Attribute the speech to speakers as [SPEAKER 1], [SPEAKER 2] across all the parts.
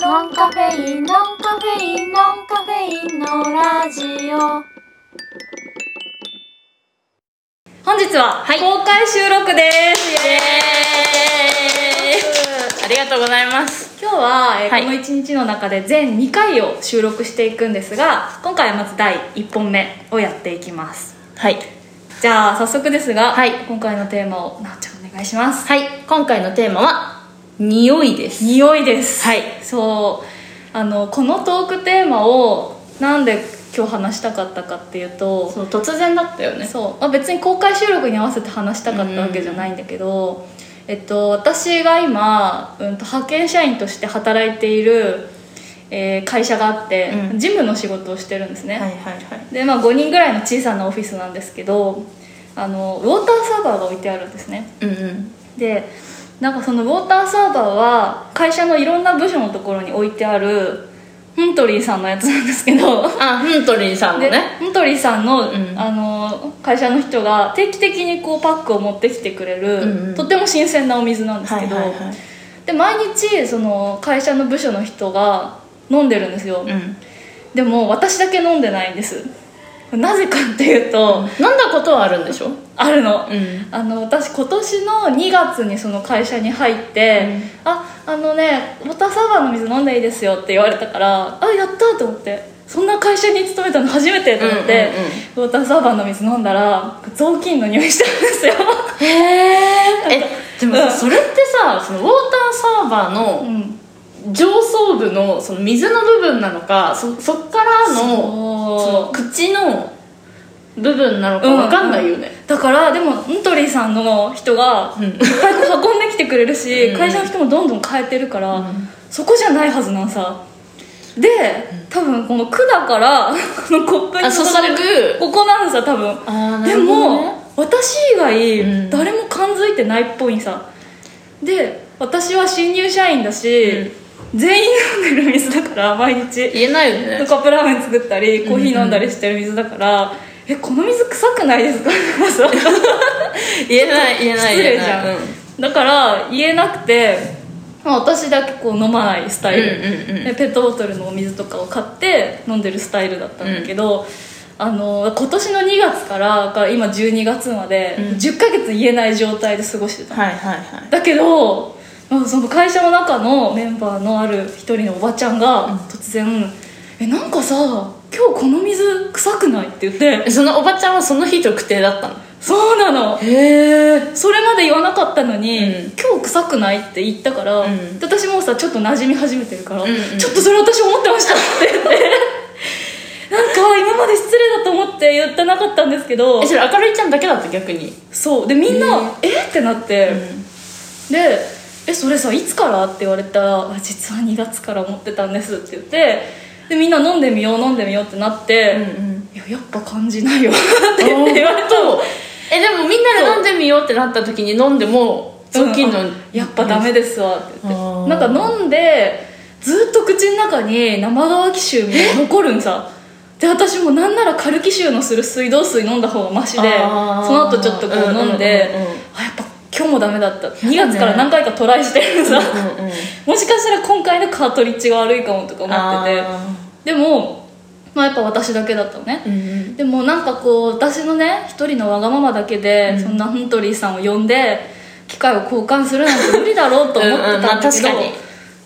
[SPEAKER 1] ノンカフェインノンカフェインノンカフェインのラジオ
[SPEAKER 2] 本日は公開収録です、イエーイ
[SPEAKER 3] ありがとうございます。
[SPEAKER 2] 今日は、えー
[SPEAKER 3] はい
[SPEAKER 2] この1日の中で全2回を収録していくんですが今回はまず第1本目をやっていきます
[SPEAKER 3] はい。
[SPEAKER 2] じゃあ早速ですが、
[SPEAKER 3] はい
[SPEAKER 2] 今回のテーマをなおちゃんお願いします
[SPEAKER 3] はい。今回のテーマは、匂いです。
[SPEAKER 2] 匂いです
[SPEAKER 3] はい
[SPEAKER 2] そうあのこのトークテーマをなんで今日話したかったかっていうと
[SPEAKER 3] そう、突然だったよね。
[SPEAKER 2] そう、まあ、別に公開収録に合わせて話したかったわけじゃないんだけど、えっと、私が今、うん、と派遣社員として働いている、えー会社があって、
[SPEAKER 3] うん
[SPEAKER 2] 事務の仕事をしてるんですね、
[SPEAKER 3] はいはいはい。
[SPEAKER 2] で、まあ、5人ぐらいの小さなオフィスなんですけどあのウォーターサーバーが置いてあるんですね
[SPEAKER 3] うんうん。
[SPEAKER 2] でなんかそのウォーターサーバーは会社のいろんな部署のところに置いてあるフントリーさんのやつなんですけ ど
[SPEAKER 3] あ、フントリーさんの
[SPEAKER 2] で
[SPEAKER 3] ね。
[SPEAKER 2] モトリさんの,、
[SPEAKER 3] うん
[SPEAKER 2] あの会社の人が定期的にこうパックを持ってきてくれる、
[SPEAKER 3] うんうん
[SPEAKER 2] とっても新鮮なお水なんですけど、
[SPEAKER 3] い。
[SPEAKER 2] で毎日その会社の部署の人が飲んでるんですよ、
[SPEAKER 3] うん。
[SPEAKER 2] でも私だけ飲んでないんですなぜかっていうと、
[SPEAKER 3] 飲んだことはあるんでしょ
[SPEAKER 2] あるの、
[SPEAKER 3] ん。
[SPEAKER 2] あの私今年の2月にその会社に入って
[SPEAKER 3] うん
[SPEAKER 2] 「ああのねウォーターサーバーの水飲んでいいですよ」って言われたから「あやった!」と思ってそんな会社に勤めたの初めてと思って、ウォーターサーバーの水飲んだら雑巾の匂いしたんですよ
[SPEAKER 3] へえ。え、でも
[SPEAKER 2] う
[SPEAKER 3] さ、
[SPEAKER 2] ん
[SPEAKER 3] それってさ、そのウォーターサーバー
[SPEAKER 2] う
[SPEAKER 3] の
[SPEAKER 2] ん
[SPEAKER 3] 上層部の、その水の部分なのか、そ、そっからの、その
[SPEAKER 2] そ
[SPEAKER 3] 口の部分なのかわかんないよね。
[SPEAKER 2] うだからでもントリーさんの人が
[SPEAKER 3] うん
[SPEAKER 2] いっぱいこう運んできてくれるし、
[SPEAKER 3] うん
[SPEAKER 2] 会社の人もどんどん変えてるから、
[SPEAKER 3] うん
[SPEAKER 2] そこじゃないはずなんさで多分この管から このコップに
[SPEAKER 3] あ、注ぐ。
[SPEAKER 2] ここなんさ多分
[SPEAKER 3] あ
[SPEAKER 2] でも私以
[SPEAKER 3] う
[SPEAKER 2] 外
[SPEAKER 3] ん
[SPEAKER 2] 誰も感づいてないっぽいんさで私は新入社員だし、全員飲んでる水だから毎日
[SPEAKER 3] 言えないよね
[SPEAKER 2] カップラーメン作ったりコーヒー飲んだりしてる水だから、えこの水臭くないですか そう
[SPEAKER 3] 言えない言えない
[SPEAKER 2] 失礼じゃん、
[SPEAKER 3] 言えない
[SPEAKER 2] だから言えなくて、まあ、私だけこう飲まないスタイル、
[SPEAKER 3] うんうんうん
[SPEAKER 2] でペットボトルのお水とかを買って飲んでるスタイルだったんだけど、あの今年の2月からから今12月まで
[SPEAKER 3] うん
[SPEAKER 2] 10ヶ月言えない状態で過ごしてた、
[SPEAKER 3] はいはいはい
[SPEAKER 2] だけどまあその会社の中のメンバーのある一人のおばちゃんが突然「えなんかさ今日この水臭くない?」って言って
[SPEAKER 3] えそのおばちゃんはその日特定だったの
[SPEAKER 2] 「そうなの
[SPEAKER 3] へえ
[SPEAKER 2] それまで言わなかったのに、
[SPEAKER 3] うん
[SPEAKER 2] 今日臭くないって言ったから、
[SPEAKER 3] うん
[SPEAKER 2] で私もうさちょっと馴染み始めてるから、
[SPEAKER 3] うんうん
[SPEAKER 2] ちょっとそれ私思ってましたって 言ってなんか今まで失礼だと思って言ってなかったんですけど
[SPEAKER 3] えそれ明るいちゃんだけだった逆に
[SPEAKER 2] そうでみんな「えっ?」ってなって、
[SPEAKER 3] う
[SPEAKER 2] で「えそれさいつから?」って言われたらあ「実は2月から思ってたんです」って言ってでみんな飲んでみよう飲んでみようってなって「
[SPEAKER 3] ん
[SPEAKER 2] いややっぱ感じないよ」って言って言われた
[SPEAKER 3] とえでもみんなで飲んでみようってなった時に飲んでも雑巾の
[SPEAKER 2] うんあやっぱダメですわって言
[SPEAKER 3] あ
[SPEAKER 2] っ
[SPEAKER 3] ー
[SPEAKER 2] てなんか飲んでずっと口の中に生乾き臭みたいなの残るんさで私もなんならカルキ臭のする水道水飲んだ方がマシでそ
[SPEAKER 3] あー
[SPEAKER 2] の後ちょっとこ
[SPEAKER 3] うん
[SPEAKER 2] う
[SPEAKER 3] うんうんうん
[SPEAKER 2] 飲んで、あやっぱ今日もダメだった2月から何回かトライしてるさ、
[SPEAKER 3] うんうん
[SPEAKER 2] もしかしたら今回のカートリッジが悪いかもとか思ってて
[SPEAKER 3] あ
[SPEAKER 2] でも、まあ、やっぱ私だけだったのね、
[SPEAKER 3] ーうん
[SPEAKER 2] でもなんかこう私のね一人のわがままだけで、そんなフントリーさんを呼んで機械を交換するなんて無理だろうと思ってた
[SPEAKER 3] うんう
[SPEAKER 2] んだけど
[SPEAKER 3] んまあ確かに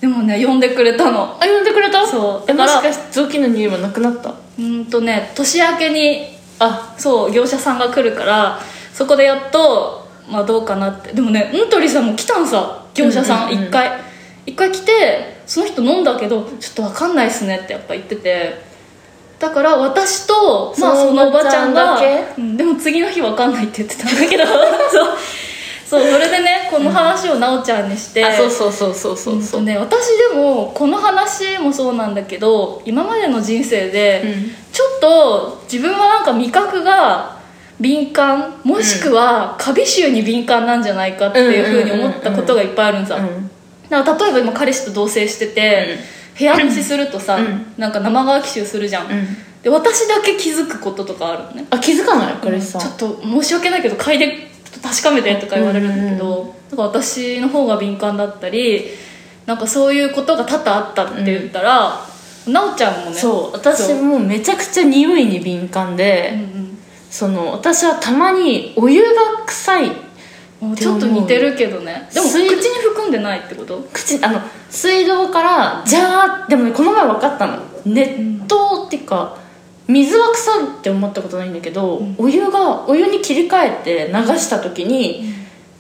[SPEAKER 2] でもね呼んでくれたの
[SPEAKER 3] あ呼んでくれた
[SPEAKER 2] そう
[SPEAKER 3] え
[SPEAKER 2] だ
[SPEAKER 3] も
[SPEAKER 2] から
[SPEAKER 3] しかして雑巾の匂いもなくなった
[SPEAKER 2] うーんとね年明けに
[SPEAKER 3] あ
[SPEAKER 2] そう業者さんが来るからそこでやっと、まあ、どうかなってでもねうんとりさんも来たんさ業者さん
[SPEAKER 3] うんうんうん
[SPEAKER 2] 一回一回来てその人飲んだけどちょっとわかんないっすねってやっぱ言っててだから私と、まあ、そ
[SPEAKER 3] そ
[SPEAKER 2] の
[SPEAKER 3] の
[SPEAKER 2] おばちゃん
[SPEAKER 3] お
[SPEAKER 2] が
[SPEAKER 3] ばちゃんだ
[SPEAKER 2] うんでも次の日わかんないって言ってたん だけどそうそうそれでねこの話をなおちゃんにして、
[SPEAKER 3] あそうそうそうそうそうそう
[SPEAKER 2] うんとね、私でもこの話もそうなんだけど今までの人生で、
[SPEAKER 3] うん
[SPEAKER 2] ちょっと自分はなんか味覚が敏感もしくはカビ臭に敏感なんじゃないかっていうふうに思ったことがいっぱいあるんさ、
[SPEAKER 3] うん
[SPEAKER 2] だから例えば今彼氏と同棲してて、部屋干しするとさ、
[SPEAKER 3] うん
[SPEAKER 2] なんか生乾き臭するじゃん、
[SPEAKER 3] うん
[SPEAKER 2] で私だけ気づくこととかあるのね
[SPEAKER 3] あ気づかない彼氏さん
[SPEAKER 2] ちょっと申し訳ないけど嗅いで確かめてとか言われるんだけど、なんか私の方が敏感だったりなんかそういうことが多々あったって言ったら、なおちゃんもね
[SPEAKER 3] そう私
[SPEAKER 2] そう
[SPEAKER 3] もめちゃくちゃ匂いに敏感で、
[SPEAKER 2] うん
[SPEAKER 3] その私はたまにお湯が臭い
[SPEAKER 2] うん、ちょっと似てるけどねでも口
[SPEAKER 3] 水
[SPEAKER 2] に含んでないってこと
[SPEAKER 3] 口あの水道からジャーでもねこの前分かったの熱湯っていうか水は臭いって思ったことないんだけど、
[SPEAKER 2] ん
[SPEAKER 3] お湯がお湯に切り替えて流した時に、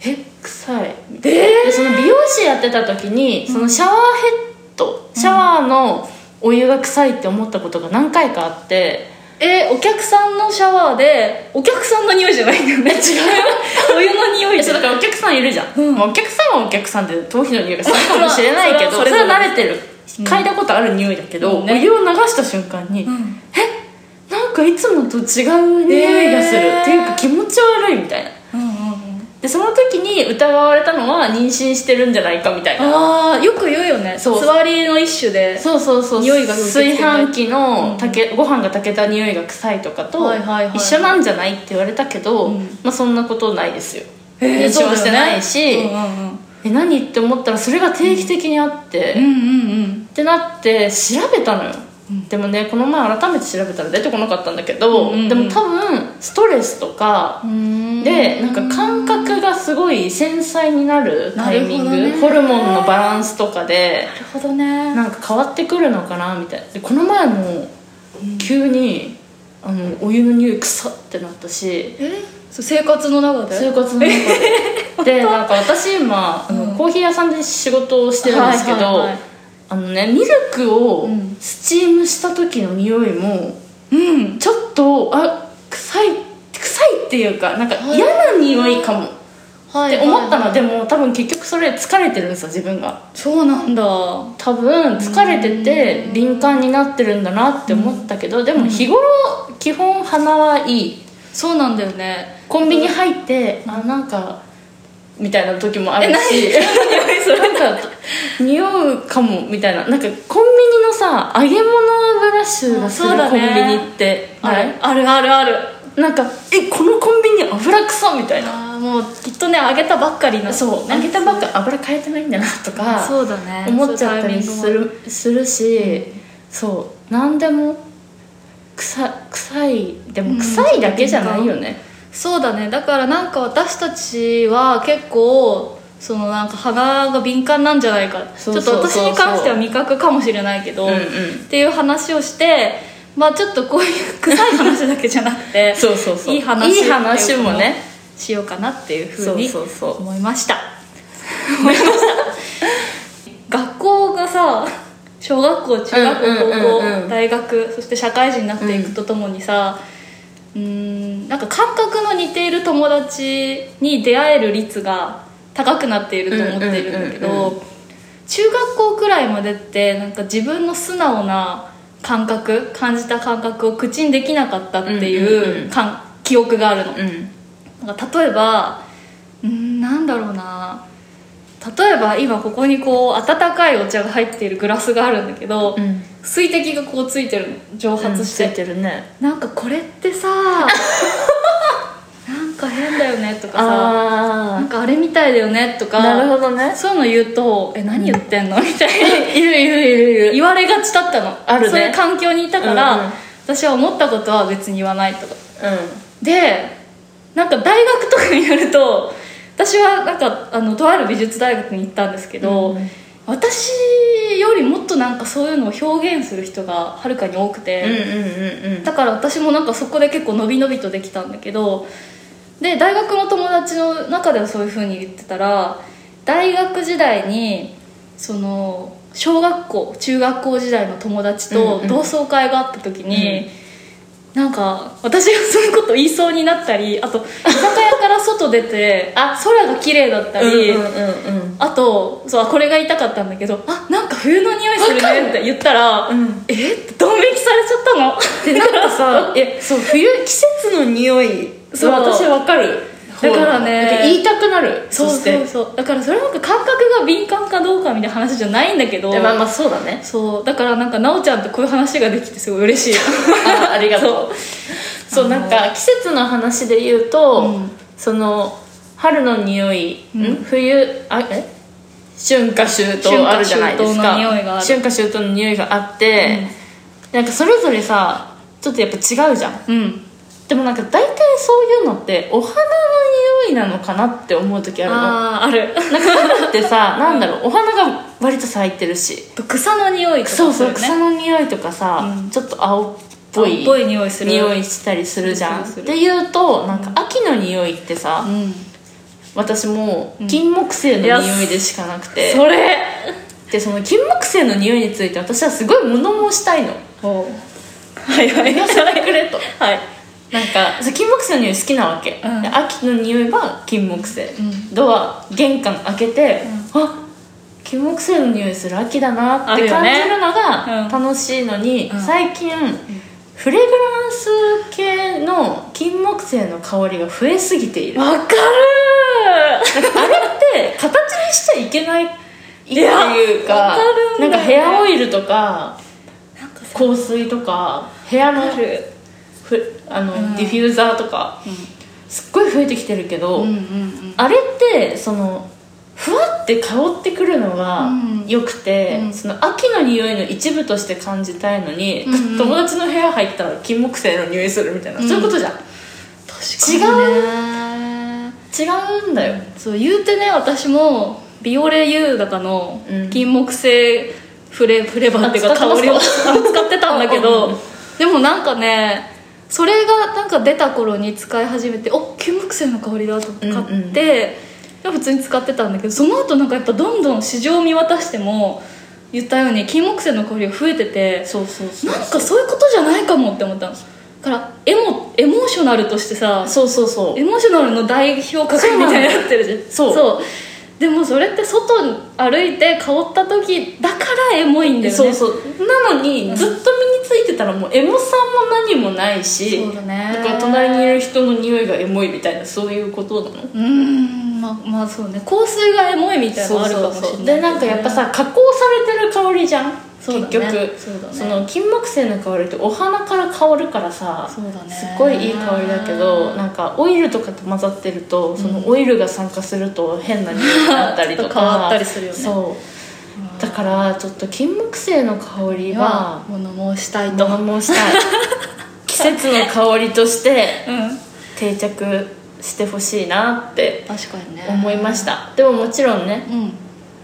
[SPEAKER 3] え臭い
[SPEAKER 2] で
[SPEAKER 3] でその美容師やってた時にそのシャワーヘッドシャワーのお湯が臭いって思ったことが何回かあって
[SPEAKER 2] えお客さんのシャワーでお客さんの匂いじゃないんだよね違 うお湯の匂い
[SPEAKER 3] えそうだからお客さんいるじゃん、
[SPEAKER 2] うん
[SPEAKER 3] まあお客さんはお客さんで頭皮の匂いがするかもしれないけど
[SPEAKER 2] まあそ
[SPEAKER 3] そ
[SPEAKER 2] れ
[SPEAKER 3] れ
[SPEAKER 2] はそれぞれ
[SPEAKER 3] は慣れてる嗅いだことある匂いだけど、
[SPEAKER 2] うんね
[SPEAKER 3] お湯を流した瞬間に、
[SPEAKER 2] うん
[SPEAKER 3] なんかいつもと違う匂いがする、
[SPEAKER 2] えー
[SPEAKER 3] っていうか気持ち悪いみたいな
[SPEAKER 2] うんうんうん
[SPEAKER 3] でその時に疑われたのは妊娠してるんじゃないかみたいな
[SPEAKER 2] ああよく言うよね
[SPEAKER 3] そう
[SPEAKER 2] 座りの一種で
[SPEAKER 3] そうそうそう
[SPEAKER 2] 匂いが受け
[SPEAKER 3] 炊
[SPEAKER 2] 付けない
[SPEAKER 3] 飯器の炊け、ご飯が炊けた匂いが臭いとかと
[SPEAKER 2] はいはいはい
[SPEAKER 3] 一緒なんじゃないって言われたけど、
[SPEAKER 2] うん
[SPEAKER 3] まあ、そんなことないですよ
[SPEAKER 2] えー
[SPEAKER 3] 認証
[SPEAKER 2] そうだよね
[SPEAKER 3] してないし、
[SPEAKER 2] うんうんうん
[SPEAKER 3] え何って思ったらそれが定期的にあって、
[SPEAKER 2] うんうん
[SPEAKER 3] ってなって調べたのよ、でもねこの前改めて調べたら出てこなかったんだけど、
[SPEAKER 2] うんうんうん
[SPEAKER 3] でも多分ストレスとか
[SPEAKER 2] うん
[SPEAKER 3] でなんか感覚がすごい繊細になるタイミング、
[SPEAKER 2] なるほどね
[SPEAKER 3] ホルモンのバランスとかで
[SPEAKER 2] なるほどね
[SPEAKER 3] なんか変わってくるのかなみたいなでこの前も急にあのお湯の匂い臭ってなったし
[SPEAKER 2] えそう生活の中で
[SPEAKER 3] 生活の中ででなんか私今あの、
[SPEAKER 2] うん
[SPEAKER 3] コーヒー屋さんで仕事をしてるんですけど、
[SPEAKER 2] はいはいはい
[SPEAKER 3] あのねミルクを
[SPEAKER 2] うん
[SPEAKER 3] スチームした時の匂いも
[SPEAKER 2] うん
[SPEAKER 3] ちょっとあ臭い臭いっていうかなんか
[SPEAKER 2] はい
[SPEAKER 3] 嫌な匂いかもっ
[SPEAKER 2] は
[SPEAKER 3] て思ったの、
[SPEAKER 2] で
[SPEAKER 3] でも多分結局それ疲れてるんですよ自分が
[SPEAKER 2] そうなんだ
[SPEAKER 3] 多分疲れてて敏感になってるんだなって思ったけど、でも日頃基本鼻はいい
[SPEAKER 2] そうなんだよね
[SPEAKER 3] コンビニ入って、あなんかみたいな時もある しなんか匂うかもみたいななんかコンビニのさ揚げ物油臭がする
[SPEAKER 2] あそうだ
[SPEAKER 3] コン
[SPEAKER 2] ね
[SPEAKER 3] ビニって
[SPEAKER 2] あ
[SPEAKER 3] な
[SPEAKER 2] る
[SPEAKER 3] い
[SPEAKER 2] あるあるある
[SPEAKER 3] なんかえこのコンビニ油臭みたいな
[SPEAKER 2] あーもうきっとね揚げたばっかりの
[SPEAKER 3] そう揚げたばっか油変えてないんだなとか
[SPEAKER 2] そうだね
[SPEAKER 3] 思っちゃったりす
[SPEAKER 2] そういう
[SPEAKER 3] るするし、そう何でも臭臭いでも臭いだけじゃないよね、
[SPEAKER 2] タイミングもそうだねだからなんか私たちは結構そのなんか鼻が敏感なんじゃないか
[SPEAKER 3] そうそうそうそう
[SPEAKER 2] ちょっと私に関しては味覚かもしれないけど、
[SPEAKER 3] うんうん
[SPEAKER 2] っていう話をしてまあちょっとこういう臭い話だけじゃなくて
[SPEAKER 3] そうそうそう
[SPEAKER 2] いい話
[SPEAKER 3] いい話もね
[SPEAKER 2] しようかなっていうふうに
[SPEAKER 3] そうそうそう
[SPEAKER 2] 思いました思いました 学校がさ小学校中学校
[SPEAKER 3] うんうん
[SPEAKER 2] 高校、
[SPEAKER 3] うんうん
[SPEAKER 2] 大学そして社会人になっていくとともにさうーんなんか感覚の似ている友達に出会える率が高くなっていると思っているんだけど、
[SPEAKER 3] うんうんうん
[SPEAKER 2] 中学校くらいまでってなんか自分の素直な感覚感じた感覚を口にできなかったって
[SPEAKER 3] うんうん
[SPEAKER 2] いううんかん記憶があるの
[SPEAKER 3] うん
[SPEAKER 2] なんか例えばうんなんだろうな例えば今ここにこう温かいお茶が入っているグラスがあるんだけど、
[SPEAKER 3] うん
[SPEAKER 2] 水滴がこうついてるの蒸発して,、
[SPEAKER 3] ついてるね
[SPEAKER 2] なんかこれっ てさなんか変だよねとかさな
[SPEAKER 3] あ
[SPEAKER 2] んかあれみたいだよねと
[SPEAKER 3] あ
[SPEAKER 2] か
[SPEAKER 3] なるほどね
[SPEAKER 2] そういうの言うと「え何言ってんの?」みたいな
[SPEAKER 3] いるいるいるいる
[SPEAKER 2] 言われがちだったの
[SPEAKER 3] あるね
[SPEAKER 2] そういう環境にいたから、
[SPEAKER 3] うんうん
[SPEAKER 2] 私は思ったことは別に言わないとか
[SPEAKER 3] う
[SPEAKER 2] でなんか大学とかになると私はなんかあのとある美術大学に行ったんですけど、
[SPEAKER 3] うん
[SPEAKER 2] 私よりもっとなんかそういうのを表現する人がはるかに多くて、
[SPEAKER 3] んうんうんうん
[SPEAKER 2] だから私もなんかそこで結構伸び伸びとできたんだけどで大学の友達の中ではそういう風に言ってたら大学時代にその小学校中学校時代の友達
[SPEAKER 3] うん
[SPEAKER 2] と
[SPEAKER 3] うん
[SPEAKER 2] 同窓会があった時に、
[SPEAKER 3] うん
[SPEAKER 2] なんか私がそういうこと言いそうになったりあと居酒屋から外出てあ空が綺麗だったり。
[SPEAKER 3] うんうんうん
[SPEAKER 2] あとそうこれが言いたかったんだけど「あなんか冬の匂いするね」って言ったら「
[SPEAKER 3] うん
[SPEAKER 2] えっ?」ドン引きされちゃったの
[SPEAKER 3] でなんか さえそう冬季節の匂い
[SPEAKER 2] そう
[SPEAKER 3] 私わかる
[SPEAKER 2] だからね
[SPEAKER 3] なんか言いたくなる
[SPEAKER 2] そう
[SPEAKER 3] して
[SPEAKER 2] そうそうだからそれはなんか感覚が敏感かどうかみたいな話じゃないんだけど、
[SPEAKER 3] えまあまあそうだね
[SPEAKER 2] そうだからなんか奈緒ちゃんとこういう話ができてすごい嬉しい
[SPEAKER 3] あありがとうそう
[SPEAKER 2] あの
[SPEAKER 3] なんか季節の話で言うと、
[SPEAKER 2] うん
[SPEAKER 3] その春の匂い、
[SPEAKER 2] うん
[SPEAKER 3] ん、冬あえ春夏秋冬あるじゃないですか
[SPEAKER 2] 春夏秋冬の匂いがある
[SPEAKER 3] 春夏秋冬の匂いがあって、なんかそれぞれさちょっとやっぱ違うじゃん
[SPEAKER 2] うん
[SPEAKER 3] でもなんか大体そういうのってお花の匂いなのかなって思う時あるの
[SPEAKER 2] あああ
[SPEAKER 3] なん
[SPEAKER 2] る
[SPEAKER 3] か春ってさなんだろうお花が割と咲いてるし
[SPEAKER 2] あと草の匂いとか
[SPEAKER 3] そうそう、
[SPEAKER 2] するよ
[SPEAKER 3] 草の匂いとかさ、
[SPEAKER 2] うん
[SPEAKER 3] ちょっと青っぽ
[SPEAKER 2] ね
[SPEAKER 3] い
[SPEAKER 2] ぽい匂いする
[SPEAKER 3] 匂いしたりするじゃんっ
[SPEAKER 2] するする
[SPEAKER 3] ていうとなんか秋の匂いってさ、
[SPEAKER 2] うん
[SPEAKER 3] 私もう金木犀の
[SPEAKER 2] いや
[SPEAKER 3] 匂いでしかなくて、
[SPEAKER 2] それ
[SPEAKER 3] でその金木犀の匂いについて私はすごい物申したいの
[SPEAKER 2] はいはい
[SPEAKER 3] 言わせてくれと
[SPEAKER 2] はい
[SPEAKER 3] なんかそう金木犀の匂い好きなわけ、
[SPEAKER 2] うん
[SPEAKER 3] で秋の匂いは金木犀、
[SPEAKER 2] ん
[SPEAKER 3] ドア玄関開けて、あ金木犀の匂いする秋だな
[SPEAKER 2] あ
[SPEAKER 3] っ
[SPEAKER 2] る
[SPEAKER 3] て
[SPEAKER 2] よ
[SPEAKER 3] 感
[SPEAKER 2] ね
[SPEAKER 3] じるの
[SPEAKER 2] うん
[SPEAKER 3] が楽しいのに、
[SPEAKER 2] うん
[SPEAKER 3] 最近、フレグランス系の金木犀の香りが増えすぎている
[SPEAKER 2] わかる
[SPEAKER 3] あれって形にしちゃいけないっていう
[SPEAKER 2] いや
[SPEAKER 3] か
[SPEAKER 2] わかる
[SPEAKER 3] なん
[SPEAKER 2] んだよね
[SPEAKER 3] かヘアオイルとか
[SPEAKER 2] なんかさ
[SPEAKER 3] 香水とか部屋の
[SPEAKER 2] わかる
[SPEAKER 3] ふあの、
[SPEAKER 2] うん
[SPEAKER 3] ディフューザーとか、すっごい増えてきてるけど、
[SPEAKER 2] うんうん
[SPEAKER 3] あれってそのふわって香ってくるのが
[SPEAKER 2] うん
[SPEAKER 3] 良くて、
[SPEAKER 2] うん
[SPEAKER 3] その秋の匂いの一部として感じたいのに、
[SPEAKER 2] うんうん
[SPEAKER 3] 友達の部屋入ったら金木犀の匂いするみたいな、
[SPEAKER 2] うん
[SPEAKER 3] そういうことじゃん
[SPEAKER 2] 確かにね
[SPEAKER 3] 違うんだよ
[SPEAKER 2] そう言うてね私もビオレ優雅の
[SPEAKER 3] うん
[SPEAKER 2] 金木犀フレフレバーっていうか
[SPEAKER 3] あ使ってま
[SPEAKER 2] 香
[SPEAKER 3] す
[SPEAKER 2] りを あ使ってたんだけ
[SPEAKER 3] うんう
[SPEAKER 2] ど
[SPEAKER 3] ん
[SPEAKER 2] でもなんかねそれがなんか出た頃に使い始めてお金木犀の香りだと買って、
[SPEAKER 3] うんうん
[SPEAKER 2] で普通に使ってたんだけどその後なんかやっぱどんどん市場を見渡しても言ったように金木犀の香りが増えてて
[SPEAKER 3] そうそうそ
[SPEAKER 2] なんかそういうことじゃないかもって思ったのだからエモエモーショナルとしてさ
[SPEAKER 3] そうそうそう
[SPEAKER 2] エモーショナルの代表格みたいになってるじゃん
[SPEAKER 3] そう
[SPEAKER 2] でもそれって外に歩いて香った時だからエモいんだよね
[SPEAKER 3] そうそうなのに、
[SPEAKER 2] うん
[SPEAKER 3] ずっと身についてたらもうエモさも何もないし
[SPEAKER 2] そうだね
[SPEAKER 3] だから隣にいる人の匂いがエモいみたいなそういうことなの
[SPEAKER 2] うーんまあまあそうね香水がエモいみたいなのあるかもしれないけどね
[SPEAKER 3] でなんかやっぱさ加工されてる香りじゃん、
[SPEAKER 2] そう
[SPEAKER 3] 結
[SPEAKER 2] だね
[SPEAKER 3] 局
[SPEAKER 2] そうだね
[SPEAKER 3] その金木犀の香りってお花から香るからさ
[SPEAKER 2] そうだね
[SPEAKER 3] すっごいいい香りだけどなんかオイルとかと混ざってるとそのオイルが酸化すると変な匂いになったりと
[SPEAKER 2] ちょっ
[SPEAKER 3] か
[SPEAKER 2] と変わったりするよね
[SPEAKER 3] そうだからちょっと金木犀の香りは
[SPEAKER 2] は物申したいとう
[SPEAKER 3] 物申 したい季節の香りとして
[SPEAKER 2] ん
[SPEAKER 3] 定着してほしいなって
[SPEAKER 2] 確かにね
[SPEAKER 3] 思いましたでももちろんね
[SPEAKER 2] うん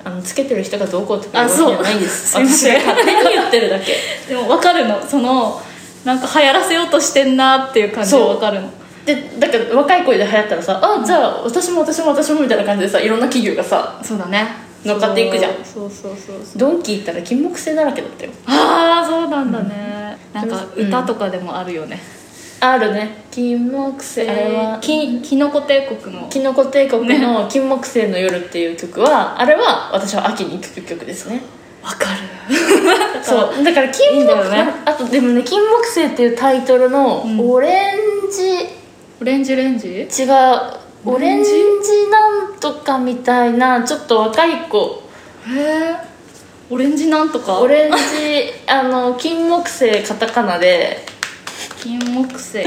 [SPEAKER 3] あのつけてる人がどうこうとか
[SPEAKER 2] あ
[SPEAKER 3] 言う
[SPEAKER 2] そう
[SPEAKER 3] わけじゃないんです
[SPEAKER 2] すいま
[SPEAKER 3] 私
[SPEAKER 2] せん
[SPEAKER 3] が勝手に言ってるだけ
[SPEAKER 2] でも分かるのそのなんか流行らせようとしてんなっていう感じが分かるの
[SPEAKER 3] でだから若い声で流行ったらさあじゃあ私も私も私もみたいな感じでさいろんな企業がさ
[SPEAKER 2] そうだね
[SPEAKER 3] 乗っかっていくじゃん
[SPEAKER 2] そうそうそうそう
[SPEAKER 3] ドンキ行ったら金木犀だらけだったよ
[SPEAKER 2] ああそうなんだね、なんか
[SPEAKER 3] うん
[SPEAKER 2] 歌とかでもあるよね、
[SPEAKER 3] あるね金木犀あれは
[SPEAKER 2] ききのこ帝国の
[SPEAKER 3] キノコ帝国の「金木犀の夜」っていう曲はあれは私は秋に聴く曲ですね
[SPEAKER 2] わか
[SPEAKER 3] そうだから金
[SPEAKER 2] いいん
[SPEAKER 3] 木
[SPEAKER 2] だよね
[SPEAKER 3] あとでもね「金木犀っていうタイトルの
[SPEAKER 2] うん
[SPEAKER 3] オレンジ、
[SPEAKER 2] オレンジレンジ
[SPEAKER 3] 違うオレンジなんとかみたいなちょっと若い子
[SPEAKER 2] へえオレンジなんとか
[SPEAKER 3] オレンジ あの金木犀カタカナで
[SPEAKER 2] 金木犀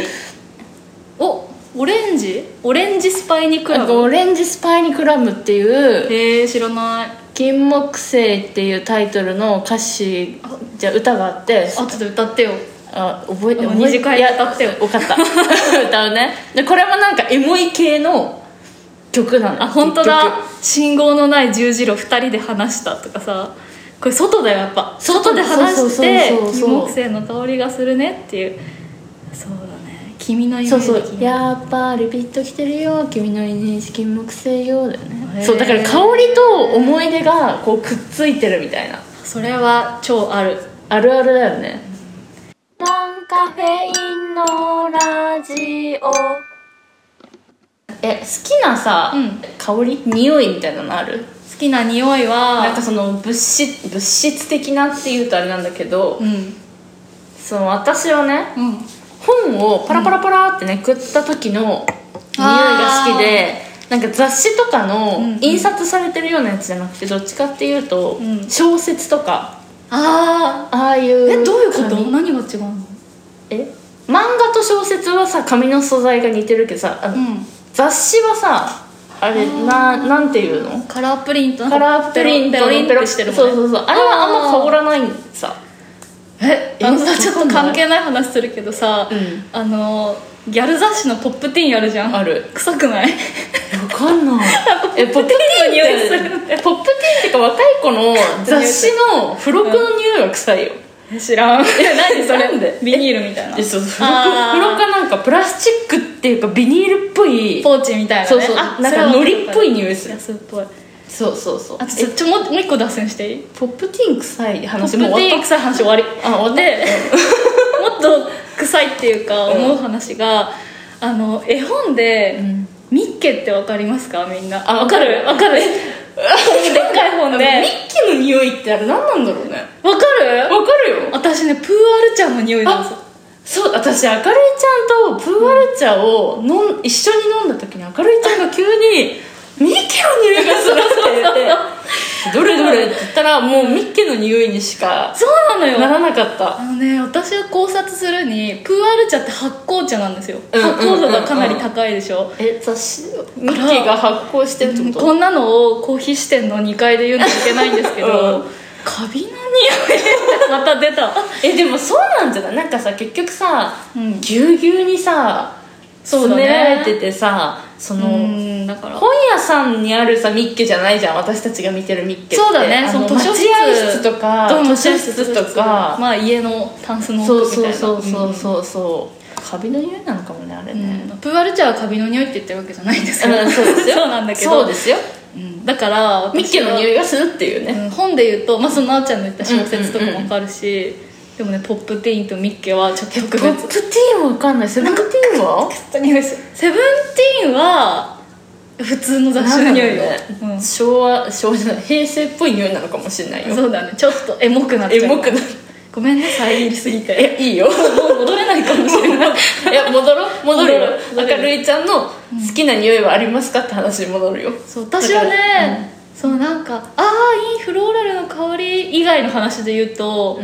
[SPEAKER 2] おオレンジオレンジスパイニク
[SPEAKER 3] な
[SPEAKER 2] ラ
[SPEAKER 3] んかオ
[SPEAKER 2] ブ
[SPEAKER 3] レンジスパイニクラムっていう
[SPEAKER 2] へえ知らない
[SPEAKER 3] 金木犀っていうタイトルの歌詞じゃあ歌があって
[SPEAKER 2] あちょっと歌ってよ
[SPEAKER 3] あ覚え
[SPEAKER 2] あ
[SPEAKER 3] て
[SPEAKER 2] 二次会
[SPEAKER 3] や
[SPEAKER 2] 歌ってよ
[SPEAKER 3] 分かった 歌うねでこれもなんかエモい系の曲なの
[SPEAKER 2] あ本当
[SPEAKER 3] 結
[SPEAKER 2] だ
[SPEAKER 3] 局
[SPEAKER 2] 信号のない十字路2人で話したとかさこれ外だよやっぱ外で話し
[SPEAKER 3] そう
[SPEAKER 2] て
[SPEAKER 3] そうそうそう
[SPEAKER 2] 金木犀の香りがするねっていうそうだね君の夢
[SPEAKER 3] そうそ
[SPEAKER 2] で君
[SPEAKER 3] うやっぱリピット来てるよ君のイメージ金木犀よだよ
[SPEAKER 2] へ
[SPEAKER 3] ね
[SPEAKER 2] ー
[SPEAKER 3] そうだから香りと思い出がこうくっついてるみたいな
[SPEAKER 2] それは超ある
[SPEAKER 3] あるあるだよね
[SPEAKER 1] ノンカフェインのラジオ
[SPEAKER 3] え好きなさ、
[SPEAKER 2] うん
[SPEAKER 3] 香り匂いみたいなのある
[SPEAKER 2] 好きな匂いは
[SPEAKER 3] なんかその物質物質的なっていうとあれなんだけど、
[SPEAKER 2] うん
[SPEAKER 3] その私はね
[SPEAKER 2] うん
[SPEAKER 3] 本をパラパラパラってねくった時の匂いが好きで、なんか雑誌とかの
[SPEAKER 2] うんうん
[SPEAKER 3] 印刷されてるようなやつじゃなくてどっちかっていうと、
[SPEAKER 2] うん
[SPEAKER 3] 小説とか
[SPEAKER 2] ああ
[SPEAKER 3] ああいう
[SPEAKER 2] えどういうこと
[SPEAKER 3] 紙
[SPEAKER 2] 何が違うの
[SPEAKER 3] え漫画と小説はさ紙の素材が似てるけどさあの
[SPEAKER 2] うん
[SPEAKER 3] 雑誌はさあれななんていうの
[SPEAKER 2] カラープリント
[SPEAKER 3] カラープリント
[SPEAKER 2] ペロリンペロリンってしてるもん
[SPEAKER 3] そう
[SPEAKER 2] ね
[SPEAKER 3] そうそうあれはあんまかぶらないんさ
[SPEAKER 2] えあのさちょっと関係ない話するけどさ、
[SPEAKER 3] うん
[SPEAKER 2] あのギャル雑誌のポップティーンあるじゃん
[SPEAKER 3] ある
[SPEAKER 2] 臭くない
[SPEAKER 3] わかんないえポップティーン
[SPEAKER 2] 匂いするん
[SPEAKER 3] ってポップティーンってか若い子の雑誌の付録の匂いが臭いよ
[SPEAKER 2] 知らんいや何そ
[SPEAKER 3] なんで
[SPEAKER 2] れビニールみたいな
[SPEAKER 3] えそう付録付録
[SPEAKER 2] あー
[SPEAKER 3] がなんかプラスチックっていうかビニールっぽい
[SPEAKER 2] ポーチみたいな、ね、
[SPEAKER 3] そうそう
[SPEAKER 2] あ
[SPEAKER 3] なんか海苔っぽい匂いする
[SPEAKER 2] 安っぽい
[SPEAKER 3] そうそうそう
[SPEAKER 2] あとちょちょもうもう一個脱線していい
[SPEAKER 3] ポップティーン臭い
[SPEAKER 2] ポップ
[SPEAKER 3] 話
[SPEAKER 2] テ
[SPEAKER 3] もう終
[SPEAKER 2] ィー
[SPEAKER 3] わ
[SPEAKER 2] ン
[SPEAKER 3] っ
[SPEAKER 2] 臭い話終わり
[SPEAKER 3] たあ終わった
[SPEAKER 2] でもっと臭いっていうか思う話が、あの絵本で、
[SPEAKER 3] ん
[SPEAKER 2] ミッケってわかりますかみんな
[SPEAKER 3] あ
[SPEAKER 2] わか るわかるこうでっかい 本
[SPEAKER 3] ミッ
[SPEAKER 2] で
[SPEAKER 3] キーの匂いってあれ何なんだろうね
[SPEAKER 2] わかる
[SPEAKER 3] わかるよ
[SPEAKER 2] 私ねプーアルちゃんの匂いなんですよ
[SPEAKER 3] あそう私明るいちゃんとプーアル茶を飲ん、一緒に飲んだ時に明るいちゃんが急に「ミッキーの匂いがする」って言って 「どれどれ」って言ったらもうミッキーの匂いにしか
[SPEAKER 2] そうなのよ
[SPEAKER 3] ならなかった
[SPEAKER 2] あのね私が考察するにプーアル茶って発酵茶なんですよ
[SPEAKER 3] うんうんうんうん
[SPEAKER 2] 発酵度がかなり高いでしょ
[SPEAKER 3] え雑誌ミッキーが発行してるってこと
[SPEAKER 2] こんなのをコーヒー支店の2階で言うのいけないんですけど、
[SPEAKER 3] うん
[SPEAKER 2] カビの匂いまた出た
[SPEAKER 3] えでもそうなんじゃないなんかさ結局さ、
[SPEAKER 2] うん
[SPEAKER 3] ぎゅうぎゅうにさ
[SPEAKER 2] そう
[SPEAKER 3] 詰
[SPEAKER 2] だね
[SPEAKER 3] められててさその、
[SPEAKER 2] うんだから
[SPEAKER 3] 本屋さんにあるさミッケじゃないじゃん私たちが見てるミッケって
[SPEAKER 2] そうだね
[SPEAKER 3] あ
[SPEAKER 2] その図書室
[SPEAKER 3] 待合室とか
[SPEAKER 2] どうも
[SPEAKER 3] 図書室とか、
[SPEAKER 2] まあ家のタンスの
[SPEAKER 3] そ
[SPEAKER 2] 奥
[SPEAKER 3] う
[SPEAKER 2] みたい
[SPEAKER 3] そう
[SPEAKER 2] な
[SPEAKER 3] そうそうそうそうカビの匂いなのかもねあれ
[SPEAKER 2] うん
[SPEAKER 3] ね、
[SPEAKER 2] うんプーアル茶はカビの匂いって言ってるわけじゃないんですけど、
[SPEAKER 3] うんそうですよ
[SPEAKER 2] そうなんだけど
[SPEAKER 3] そうですよ
[SPEAKER 2] うんだから
[SPEAKER 3] ミッケの匂
[SPEAKER 2] い、
[SPEAKER 3] いがするっていうね、
[SPEAKER 2] うん本で言うと、まあ、そのなおちゃんの言った小説とかもわかるし、でもねポップティーンとミッケはちょっと特別
[SPEAKER 3] ポップティーンわかんないセブンティーンは
[SPEAKER 2] セブンティーンは普通の雑誌の匂いよ、
[SPEAKER 3] なんだろうね昭和昭和じゃない平成っぽい匂いなのかもしれない
[SPEAKER 2] うん、
[SPEAKER 3] よ
[SPEAKER 2] そうだねちょっとエモくなっちゃ
[SPEAKER 3] エ
[SPEAKER 2] う
[SPEAKER 3] モくなる
[SPEAKER 2] ごめんね遮りすぎて
[SPEAKER 3] えい いよ
[SPEAKER 2] もう戻れないかもしれない
[SPEAKER 3] いや戻ろう戻るよ
[SPEAKER 2] 戻る
[SPEAKER 3] 明るいちゃんの好きな匂いはありますかって話に戻るよ
[SPEAKER 2] そう私はね、そうなんかああいいフローラルの香り以外の話で言うと、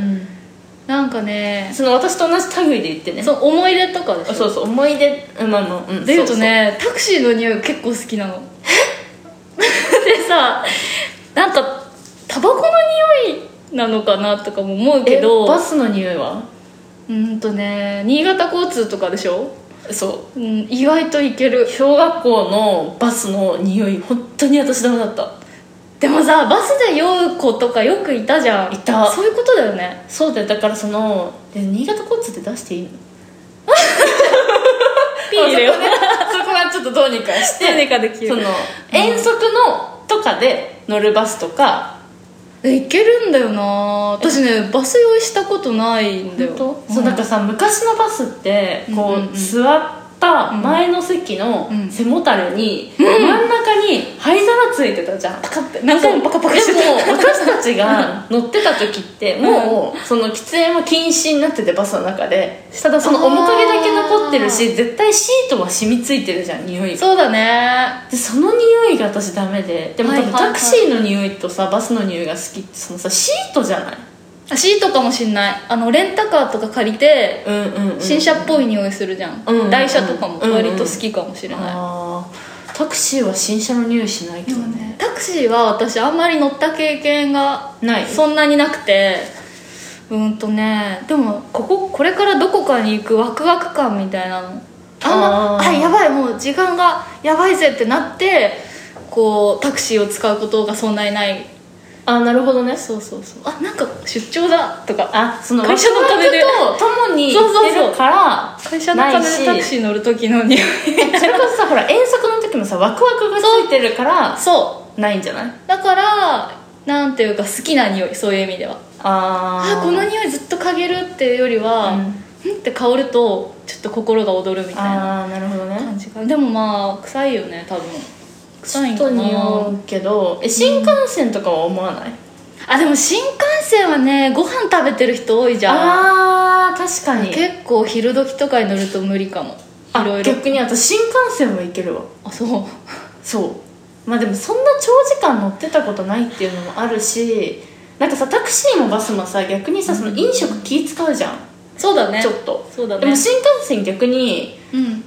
[SPEAKER 2] なんかね
[SPEAKER 3] その私と同じ類で言ってね
[SPEAKER 2] その思い出とかでしょ
[SPEAKER 3] そうそう思い出うんまあまあうん
[SPEAKER 2] で言うとねタクシーの匂い結構好きなの でさなんかタバコの匂いなのかなとかも思う
[SPEAKER 3] そうそう
[SPEAKER 2] けど
[SPEAKER 3] えバスの匂いは
[SPEAKER 2] うーんとね新潟交通とかでしょ、
[SPEAKER 3] そ
[SPEAKER 2] うん、意外といける
[SPEAKER 3] う小学校のバスの匂い本当に私ダメだった
[SPEAKER 2] でもさバスで酔う子とかよくいたじゃん
[SPEAKER 3] いた
[SPEAKER 2] そういうことだよ ね
[SPEAKER 3] そうだよだからそのえ新潟交通って出していいの
[SPEAKER 2] ピー入れよう
[SPEAKER 3] そこね そこはちょっとどうにかして
[SPEAKER 2] 何かでき
[SPEAKER 3] その
[SPEAKER 2] る
[SPEAKER 3] 遠足のとかで乗るバスとか
[SPEAKER 2] えいけるんだよな私ねバス酔いしたことないんだよ
[SPEAKER 3] 本当そうなんかさ昔のバスってこ
[SPEAKER 2] うんうんうん
[SPEAKER 3] う座った前の席の
[SPEAKER 2] うん
[SPEAKER 3] 背もたれに真ん中に灰皿ついてたじゃん
[SPEAKER 2] パカって何回もパカパカして
[SPEAKER 3] でも
[SPEAKER 2] た
[SPEAKER 3] 私たちが乗ってた時ってもうその喫煙は禁止になっててバスの中でただその面影だけ残ってるし絶対シートは染みついてるじゃん匂いが
[SPEAKER 2] そうだね
[SPEAKER 3] でその匂いが私ダメででも多
[SPEAKER 2] はい
[SPEAKER 3] 分
[SPEAKER 2] はいはい
[SPEAKER 3] タクシーの匂いとさバスの匂いが好きってそのさシートじゃない
[SPEAKER 2] あシートかもしんないあのレンタカーとか借りて
[SPEAKER 3] うんうん、うん、
[SPEAKER 2] 新車っぽい匂いするじゃん、
[SPEAKER 3] うんうんうん
[SPEAKER 2] 台車とかも割と好きかもしれない、
[SPEAKER 3] あータクシーは新車の匂いしないけどね
[SPEAKER 2] タクシーは私あんまり乗った経験が
[SPEAKER 3] ない
[SPEAKER 2] そんなになくてうんとねでもこここれからどこかに行くワクワク感みたいなのあん
[SPEAKER 3] あ
[SPEAKER 2] まあ
[SPEAKER 3] ー
[SPEAKER 2] やばいもう時間がやばいぜってなってこうタクシーを使うことがそんなにない
[SPEAKER 3] あなるほどね
[SPEAKER 2] そうそうそうあなんか出張だとか
[SPEAKER 3] あその
[SPEAKER 2] 会社の金で
[SPEAKER 3] ワクワクと共に
[SPEAKER 2] そうそうそう
[SPEAKER 3] 行ってるから
[SPEAKER 2] 会社の金
[SPEAKER 3] ない
[SPEAKER 2] で
[SPEAKER 3] し
[SPEAKER 2] タクシー乗る時の匂い
[SPEAKER 3] それこそさほら遠足の時もさワクワクがついてるから
[SPEAKER 2] そ
[SPEAKER 3] ないんじゃないう
[SPEAKER 2] だからなんていうか好きな匂いそういう意味では
[SPEAKER 3] あー
[SPEAKER 2] あこの匂いずっと嗅げるっていうよりは、
[SPEAKER 3] う
[SPEAKER 2] うんん、って香るとちょっと心が躍るみたいな
[SPEAKER 3] あーなるほどね
[SPEAKER 2] 感じかなでもまあ臭いよね多分臭いん
[SPEAKER 3] ちょっ
[SPEAKER 2] か
[SPEAKER 3] と匂
[SPEAKER 2] な
[SPEAKER 3] うけどえ新幹線とかは思わない、
[SPEAKER 2] あでも新幹線はねご飯食べてる人多いじゃん
[SPEAKER 3] あー確かに
[SPEAKER 2] 結構昼時とかに乗ると無理かもいろ
[SPEAKER 3] あ
[SPEAKER 2] いろ
[SPEAKER 3] 逆に私新幹線は行けるわ
[SPEAKER 2] あそう
[SPEAKER 3] そうまあでもそんな長時間乗ってたことないっていうのもあるしなんかさタクシーもバスもさ逆にさその飲食気使うじゃん、
[SPEAKER 2] そうだね
[SPEAKER 3] ちょっと
[SPEAKER 2] そうだね
[SPEAKER 3] でも新幹線逆に
[SPEAKER 2] うん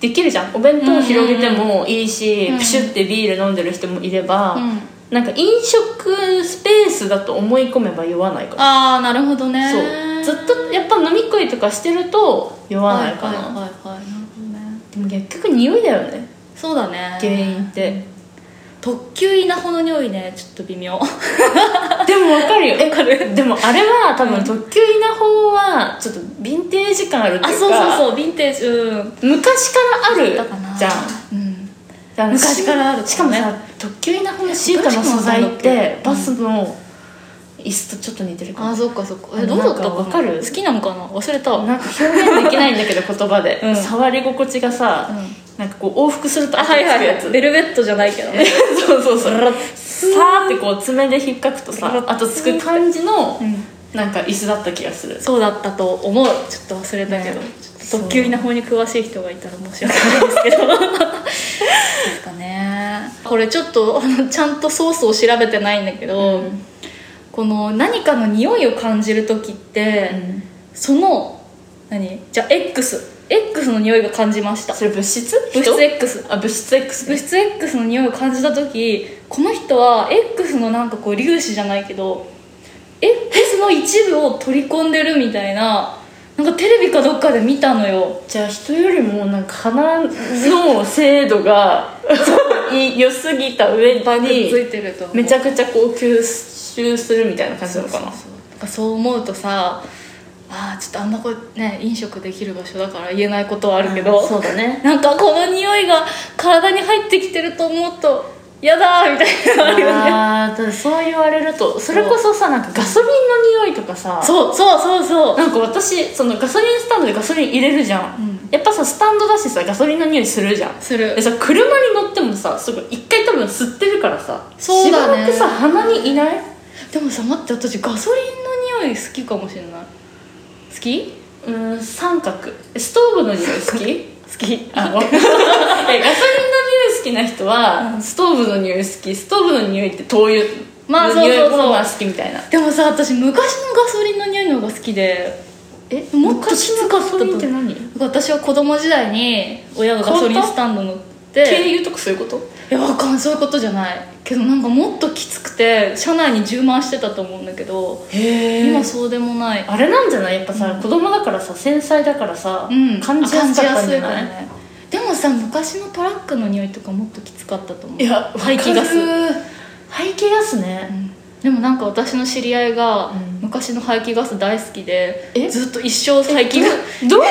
[SPEAKER 3] できるじゃんお弁当広げてもいいし、
[SPEAKER 2] うん
[SPEAKER 3] プシュってビール飲んでる人もいれば、
[SPEAKER 2] うん
[SPEAKER 3] なんか飲食スペースだと思い込めば酔わないから
[SPEAKER 2] ああなるほどね
[SPEAKER 3] そうずっとやっぱ飲み食いとかしてると酔わないかな、
[SPEAKER 2] はいはいはいはいなるほどね
[SPEAKER 3] でも結局匂いだよね
[SPEAKER 2] そうだね
[SPEAKER 3] 原因って、
[SPEAKER 2] 特急稲穂の匂いねちょっと微妙
[SPEAKER 3] でもわかるよえでもあれは多分特急稲穂はちょっとヴィンテージ感あるって
[SPEAKER 2] あ
[SPEAKER 3] い
[SPEAKER 2] そうう
[SPEAKER 3] か
[SPEAKER 2] そうそうヴィンテージうん
[SPEAKER 3] 昔からある
[SPEAKER 2] だかな
[SPEAKER 3] じゃん
[SPEAKER 2] うん
[SPEAKER 3] あの
[SPEAKER 2] 昔からある
[SPEAKER 3] しかも
[SPEAKER 2] ね
[SPEAKER 3] さ特急稲穂のシートの素材ってバスの椅子とちょっと似てるか
[SPEAKER 2] あ
[SPEAKER 3] も
[SPEAKER 2] そっかそっか
[SPEAKER 3] えど
[SPEAKER 2] どう
[SPEAKER 3] う
[SPEAKER 2] だ
[SPEAKER 3] だ
[SPEAKER 2] っ
[SPEAKER 3] ったた
[SPEAKER 2] か
[SPEAKER 3] かな
[SPEAKER 2] わ好きなのかな忘れたわ
[SPEAKER 3] なんか表現できないんだけど言葉で、
[SPEAKER 2] うん
[SPEAKER 3] 触り心地がさ、
[SPEAKER 2] うん
[SPEAKER 3] なんかこう往復すると
[SPEAKER 2] あはいはい
[SPEAKER 3] 熱く
[SPEAKER 2] はいベルベットじゃないけどね
[SPEAKER 3] そうそうそうさーってこう爪で引っかくとさあとつく感じの
[SPEAKER 2] うん
[SPEAKER 3] なんか椅子だった気がする
[SPEAKER 2] そうだったと思うちょっと忘れたけど、
[SPEAKER 3] ね
[SPEAKER 2] ちょっと特急稲穂に詳しい人がいたら申し訳ないですけどですかねこれちょっとあのちゃんとソースを調べてないんだけど、
[SPEAKER 3] うん
[SPEAKER 2] この何かの匂いを感じる時って、その何じゃあ XX X の匂いが感じました
[SPEAKER 3] それ物質
[SPEAKER 2] 物質
[SPEAKER 3] 人
[SPEAKER 2] X
[SPEAKER 3] あ物質 X
[SPEAKER 2] 物質 X の匂いを感じた時この人は X のなんかこう粒子じゃないけど X の一部を取り込んでるみたいななんかテレビかどっかで見たのよ
[SPEAKER 3] じゃあ人よりもなんか鼻の精度 がい良すぎた上
[SPEAKER 2] バグつ
[SPEAKER 3] に
[SPEAKER 2] いてると思う
[SPEAKER 3] めちゃくちゃこう吸収するみたいな感じなのかな
[SPEAKER 2] そうなんかそう思うとさあーちょっとあんまこうね飲食できる場所だから言えないことはあるけど、
[SPEAKER 3] あそうだね
[SPEAKER 2] なんかこの匂いが体に入ってきてると思うと嫌だーみたいなのあるよね
[SPEAKER 3] あーただそう言われるとそれこそさなんかガソリンの匂いとかさ
[SPEAKER 2] そうそうそうそう
[SPEAKER 3] なんか私そのガソリンスタンドでガソリン入れるじゃん、
[SPEAKER 2] うん
[SPEAKER 3] やっぱさスタンドだしさガソリンの匂いするじゃん
[SPEAKER 2] する
[SPEAKER 3] でさ車に乗ってもさすごい一回多分吸ってるからさ
[SPEAKER 2] そうだね
[SPEAKER 3] しばらくさ鼻にいない
[SPEAKER 2] でもさ待って私ガソリンの匂い好きかもしれない好き
[SPEAKER 3] うーん三角ストーブの匂い好き
[SPEAKER 2] 好き
[SPEAKER 3] あごめん えガソリンの匂い好きな人は、ストーブの匂い好きストーブの匂いって灯油
[SPEAKER 2] まあ
[SPEAKER 3] の匂い
[SPEAKER 2] そうそうそう
[SPEAKER 3] もまあ好きみたいな
[SPEAKER 2] でもさ私昔のガソリンの匂いの方が好きで
[SPEAKER 3] え
[SPEAKER 2] もっとき
[SPEAKER 3] 昔
[SPEAKER 2] つ
[SPEAKER 3] の
[SPEAKER 2] か
[SPEAKER 3] ガ
[SPEAKER 2] ったと
[SPEAKER 3] ソリ
[SPEAKER 2] 思う
[SPEAKER 3] ンって何
[SPEAKER 2] 私は子供時代に親がガソリンスタンド乗って
[SPEAKER 3] 軽油とかそういうこと
[SPEAKER 2] いやわかんそういうことじゃないけどなんかもっときつくて車内に充満してたと思うんだけど
[SPEAKER 3] へ
[SPEAKER 2] 今そうでもない
[SPEAKER 3] あれなんじゃないやっぱさ、子供だからさ繊細だからさ、
[SPEAKER 2] うん
[SPEAKER 3] 感じやすかったんじゃない
[SPEAKER 2] 感じやすいからねでもさ昔のトラックの匂いとかもっときつかったと思う
[SPEAKER 3] いや
[SPEAKER 2] 排気ガス
[SPEAKER 3] わかる排気ガスね、
[SPEAKER 2] でもなんか私の知り合いが
[SPEAKER 3] ん
[SPEAKER 2] 昔の排気ガス大好きで、
[SPEAKER 3] え
[SPEAKER 2] ずっと一生排気ガ
[SPEAKER 3] どうい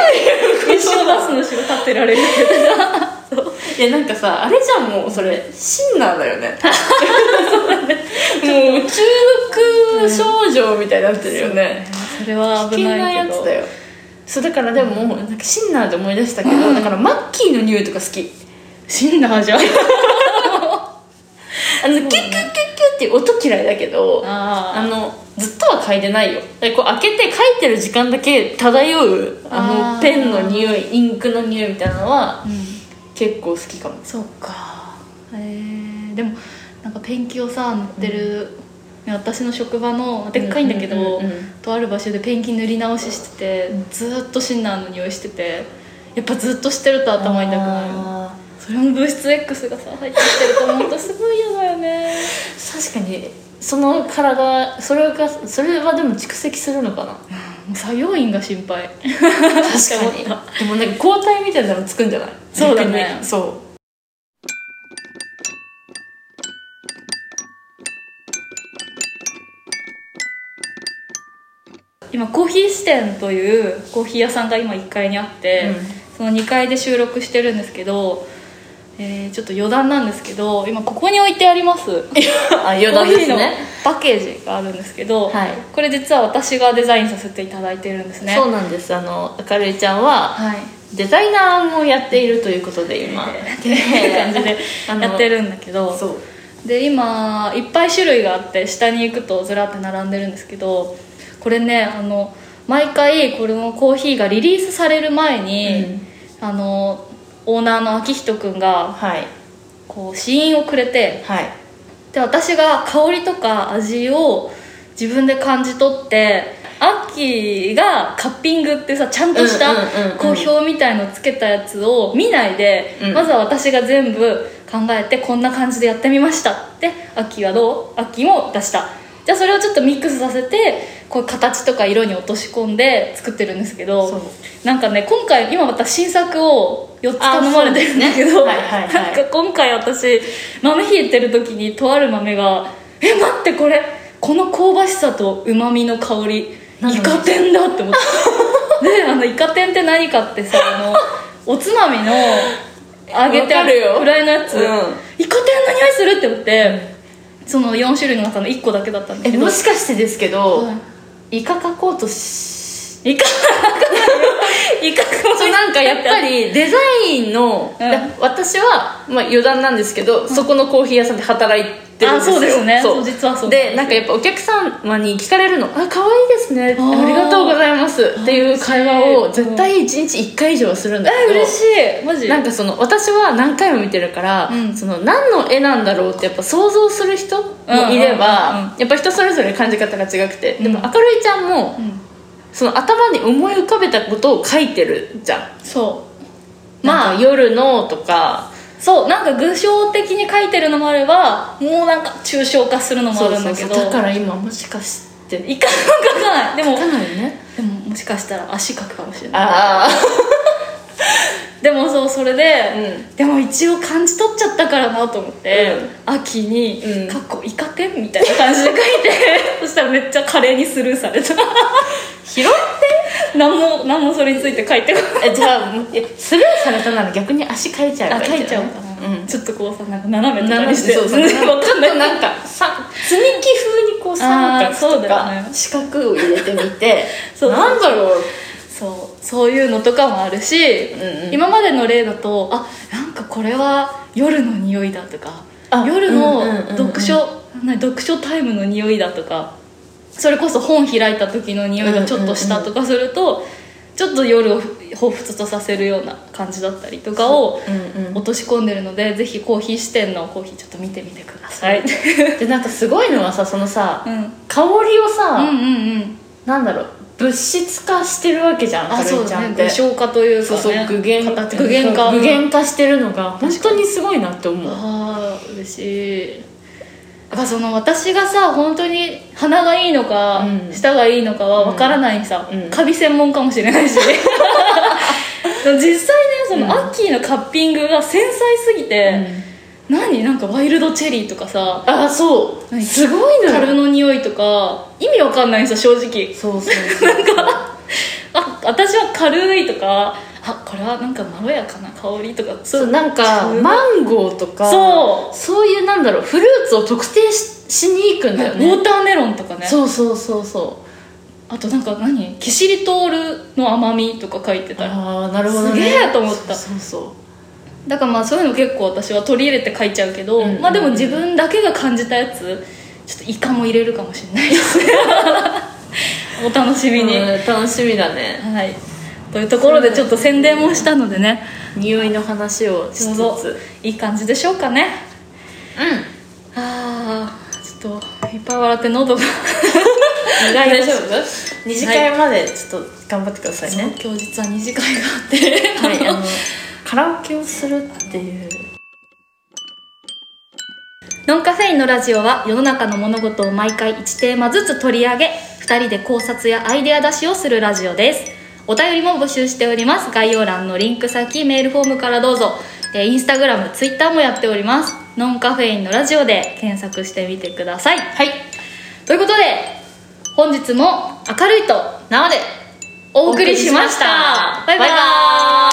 [SPEAKER 3] う
[SPEAKER 2] 一生ガスの仕事立ってられる
[SPEAKER 3] いやなんかさあれじゃんもうそれシンナーだよ ねもう中毒症状みたいになってるよね、
[SPEAKER 2] それは
[SPEAKER 3] 危
[SPEAKER 2] 危
[SPEAKER 3] 険な
[SPEAKER 2] ない
[SPEAKER 3] や
[SPEAKER 2] け
[SPEAKER 3] つ
[SPEAKER 2] ど
[SPEAKER 3] だよそうだからでもなんかシンナーで思い出したけど、だからマッキーの匂いとか好き
[SPEAKER 2] 死んだじゃん
[SPEAKER 3] あのキュッキュッキュッキュッっていう音嫌いだけど
[SPEAKER 2] あ ー
[SPEAKER 3] あのずっとは嗅いでないよでこう開けて書いてる時間だけ漂うあ
[SPEAKER 2] あ
[SPEAKER 3] の
[SPEAKER 2] ー
[SPEAKER 3] ペンの匂いインクの匂いみたいなのは
[SPEAKER 2] うん
[SPEAKER 3] 結構好きかも
[SPEAKER 2] そうかへえでもなんかペンキをさ塗ってる、ね私の職場のでっかいんだけど、
[SPEAKER 3] うんうんうんうん
[SPEAKER 2] とある場所でペンキ塗り直ししててずーっとシンナーの匂いしててやっぱずっとしてると頭痛くなる
[SPEAKER 3] あ
[SPEAKER 2] それも物質 X がさ入ってきてると思うとすごい嫌だよね
[SPEAKER 3] ー確かにその体それがそれはでも蓄積するのかな
[SPEAKER 2] もう作業員が心配
[SPEAKER 3] 確かにでもなんか抗体みたいなのつくんじゃない
[SPEAKER 2] そうだね
[SPEAKER 3] 逆にそう
[SPEAKER 2] 今コーヒー支店というコーヒー屋さんが今1階にあって、
[SPEAKER 3] うん
[SPEAKER 2] その2階で収録してるんですけど、えーちょっと余談なんですけど今ここに置いてあります
[SPEAKER 3] あ余談です
[SPEAKER 2] コーヒ
[SPEAKER 3] ね
[SPEAKER 2] ーのパッケージがあるんですけど、
[SPEAKER 3] はい
[SPEAKER 2] これ実は私がデザインさせていただいてるんですね
[SPEAKER 3] そうなんですあの明るいちゃんは
[SPEAKER 2] はい
[SPEAKER 3] デザイナーもやっているということで今
[SPEAKER 2] っていう感じ でやってるんだけど
[SPEAKER 3] そう
[SPEAKER 2] で今いっぱい種類があって下に行くとずらって並んでるんですけどこれねあの毎回これのコーヒーがリリースされる前に、
[SPEAKER 3] うん
[SPEAKER 2] あのオーナーの秋人くんが
[SPEAKER 3] はい
[SPEAKER 2] こう試飲をくれて
[SPEAKER 3] はい
[SPEAKER 2] で私が香りとか味を自分で感じ取ってアッキーがカッピングってさちゃんとした
[SPEAKER 3] うんうんうんうん
[SPEAKER 2] こう表みたいのつけたやつを見ないで、
[SPEAKER 3] うん
[SPEAKER 2] まずは私が全部考えてこんな感じでやってみましたってアッキーはどうアッキーも出したじゃあそれをちょっとミックスさせてこう形とか色に落とし込んで作ってるんですけど
[SPEAKER 3] そう
[SPEAKER 2] なんかね今回今また新作を4つ頼まれてるんだけ
[SPEAKER 3] そ
[SPEAKER 2] ど、
[SPEAKER 3] うですねはいはいはい
[SPEAKER 2] なんか今回私豆ひいてる時にとある豆が「え待ってこれこの香ばしさとうまみの香り
[SPEAKER 3] 何
[SPEAKER 2] イカ天だ」って思っ てであのイカ天って何かってさあのおつまみの揚げてあ
[SPEAKER 3] わかる
[SPEAKER 2] る
[SPEAKER 3] よ
[SPEAKER 2] フライのやつ、
[SPEAKER 3] うん
[SPEAKER 2] イカ天の匂いするって思ってその4種類の中の1個だけだったんだ
[SPEAKER 3] え
[SPEAKER 2] けど
[SPEAKER 3] もしかしてですけど、
[SPEAKER 2] は
[SPEAKER 3] イカ描こうとし
[SPEAKER 2] いイカイカ
[SPEAKER 3] そうなんかやっ ぱりデザインの、
[SPEAKER 2] うん
[SPEAKER 3] だ私は、まあ、余談なんですけど、そこのコーヒー屋さんで働いてるんですよ
[SPEAKER 2] あそうですねそう実はそう
[SPEAKER 3] でなんかやっぱお客様に聞かれるの「あ可愛いですね」
[SPEAKER 2] あ
[SPEAKER 3] あ
[SPEAKER 2] ー
[SPEAKER 3] りがとうございます」っていう会話を
[SPEAKER 2] 嬉しい
[SPEAKER 3] 絶対1日1回以上はするんだけ
[SPEAKER 2] え
[SPEAKER 3] ど
[SPEAKER 2] 嬉しいマジ
[SPEAKER 3] なんかその私は何回も見てるから、
[SPEAKER 2] うん
[SPEAKER 3] その何の絵なんだろうってやっぱ想像する人もいれば、
[SPEAKER 2] うんうんうん
[SPEAKER 3] やっぱ人それぞれ感じ方が違くて、
[SPEAKER 2] ん
[SPEAKER 3] でも明るいちゃんも、
[SPEAKER 2] うん
[SPEAKER 3] その頭に思い浮かべたことを書いてるじゃ
[SPEAKER 2] そう。
[SPEAKER 3] んま
[SPEAKER 2] ま
[SPEAKER 3] あ
[SPEAKER 2] あ、
[SPEAKER 3] 夜のとか
[SPEAKER 2] そう、なんか具象的に書いてるのもあれば、もうなんか抽象化するのもあるんだけど。
[SPEAKER 3] そうそうそうだから今もしかして
[SPEAKER 2] いかん書かない。でも
[SPEAKER 3] 書、かないね
[SPEAKER 2] でももしかしたら足書くかもしれない。
[SPEAKER 3] あ
[SPEAKER 2] でもそう、それで、
[SPEAKER 3] う
[SPEAKER 2] でも一応感じ取っちゃったからなと思って、秋に、
[SPEAKER 3] うん
[SPEAKER 2] かっこイカ天みたいな感じで書いて、 そしたらめっちゃ華麗にスルーされた。拾って何も、何もそれについて書いてこない。
[SPEAKER 3] あ えじゃあもうえスルーされたなら逆に足書いちゃえば
[SPEAKER 2] あ、書
[SPEAKER 3] いい
[SPEAKER 2] い
[SPEAKER 3] んじ
[SPEAKER 2] ち
[SPEAKER 3] ゃ
[SPEAKER 2] ゃ
[SPEAKER 3] な
[SPEAKER 2] お
[SPEAKER 3] いう
[SPEAKER 2] かな。
[SPEAKER 3] うん
[SPEAKER 2] ちょっとこうさ、なんか斜めとか
[SPEAKER 3] 斜め
[SPEAKER 2] にして、
[SPEAKER 3] そうそう
[SPEAKER 2] 全 然わかんない。
[SPEAKER 3] なんかさ積み木風にこう三
[SPEAKER 2] あー
[SPEAKER 3] 角
[SPEAKER 2] そ
[SPEAKER 3] と
[SPEAKER 2] うだ
[SPEAKER 3] か、
[SPEAKER 2] よね
[SPEAKER 3] 四角を入れてみて
[SPEAKER 2] そう
[SPEAKER 3] なんだろう
[SPEAKER 2] そうそういうのとかもあるし、
[SPEAKER 3] うんうん
[SPEAKER 2] 今までの例だとあなんかこれは夜の匂いだとか
[SPEAKER 3] あ
[SPEAKER 2] 夜
[SPEAKER 3] う
[SPEAKER 2] の
[SPEAKER 3] んうんうんうん
[SPEAKER 2] 読書、な読書タイムの匂いだとかそれこそ本開いた時の匂いがちょっとしたとかすると、ちょっと夜を彷彿とさせるような感じだったりとかを
[SPEAKER 3] うんうん
[SPEAKER 2] 落とし込んでるので、ぜひコーヒー支店のコーヒーちょっと見てみてください、
[SPEAKER 3] でなんかすごいのはさそのさ、
[SPEAKER 2] うん、
[SPEAKER 3] 香りをさ、
[SPEAKER 2] うんうんうん
[SPEAKER 3] なんだろう物質化してるわけじゃん
[SPEAKER 2] あ
[SPEAKER 3] か
[SPEAKER 2] そ
[SPEAKER 3] る
[SPEAKER 2] う
[SPEAKER 3] いちゃ
[SPEAKER 2] だ
[SPEAKER 3] んっ
[SPEAKER 2] ね
[SPEAKER 3] て
[SPEAKER 2] 具象化というか、
[SPEAKER 3] そ
[SPEAKER 2] ね、
[SPEAKER 3] うそう具現
[SPEAKER 2] 形具現化
[SPEAKER 3] 具現化してるのが本当にすごいなって思う
[SPEAKER 2] ああ嬉しいやっぱその私がさ本当に鼻がいいのか、
[SPEAKER 3] うん
[SPEAKER 2] 舌がいいのかは分からないさ、
[SPEAKER 3] うん
[SPEAKER 2] カビ専門かもし れないしでも実際ねその、
[SPEAKER 3] うん
[SPEAKER 2] アッキーのカッピングが繊細すぎて、何なんかワイルドチェリーとかさ
[SPEAKER 3] あそう
[SPEAKER 2] 何
[SPEAKER 3] すごいの
[SPEAKER 2] 樽
[SPEAKER 3] よ
[SPEAKER 2] の匂いとか意味わかんないさ正直
[SPEAKER 3] そうそう そう
[SPEAKER 2] あ私は軽いとかあこれはなんかまろやかな香りとか
[SPEAKER 3] そ
[SPEAKER 2] そう
[SPEAKER 3] なんか
[SPEAKER 2] そう
[SPEAKER 3] マンゴーとか
[SPEAKER 2] そう
[SPEAKER 3] そういうなんだろうフルーツを特定ししに行くんだよ
[SPEAKER 2] ウ
[SPEAKER 3] ね
[SPEAKER 2] ォーターメロンとかね
[SPEAKER 3] そうそうそうそう
[SPEAKER 2] あとなんか何キシリトールの甘みとか書いてたら
[SPEAKER 3] ああなるほどね
[SPEAKER 2] すげえと思った
[SPEAKER 3] そうそう
[SPEAKER 2] だからまあそういうの結構私は取り入れて書いちゃうけど、
[SPEAKER 3] うん
[SPEAKER 2] まあでも自分だけが感じたやつちょっとイカも入れるかもし れないですねお楽し
[SPEAKER 3] そう
[SPEAKER 2] みに、
[SPEAKER 3] うん楽しみだね
[SPEAKER 2] はいというところでちょっと宣伝もしたのでね
[SPEAKER 3] 匂いの話をし
[SPEAKER 2] ど
[SPEAKER 3] つ
[SPEAKER 2] う
[SPEAKER 3] つ
[SPEAKER 2] ぞいい感じでしょうかね
[SPEAKER 3] う
[SPEAKER 2] あーちょっといっぱい笑って喉が
[SPEAKER 3] ん
[SPEAKER 2] 大
[SPEAKER 3] 大
[SPEAKER 2] 丈
[SPEAKER 3] 丈
[SPEAKER 2] 夫
[SPEAKER 3] 夫二次会までちょっと頑張ってくださいね、
[SPEAKER 2] 今日実は二次会があって、
[SPEAKER 3] はい、あのカラオケをするっていう
[SPEAKER 2] ノンカフェインのラジオは世の中の物事を毎回1テーマずつ取り上げ2人で考察やアイデア出しをするラジオですお便りも募集しております概要欄のリンク先メールフォームからどうぞえーインスタグラムツイッターもやっておりますノンカフェインのラジオで検索してみてくださいはいということで本日も明るいと
[SPEAKER 3] なので
[SPEAKER 2] お送りしました
[SPEAKER 3] バイバ
[SPEAKER 2] バイバーイ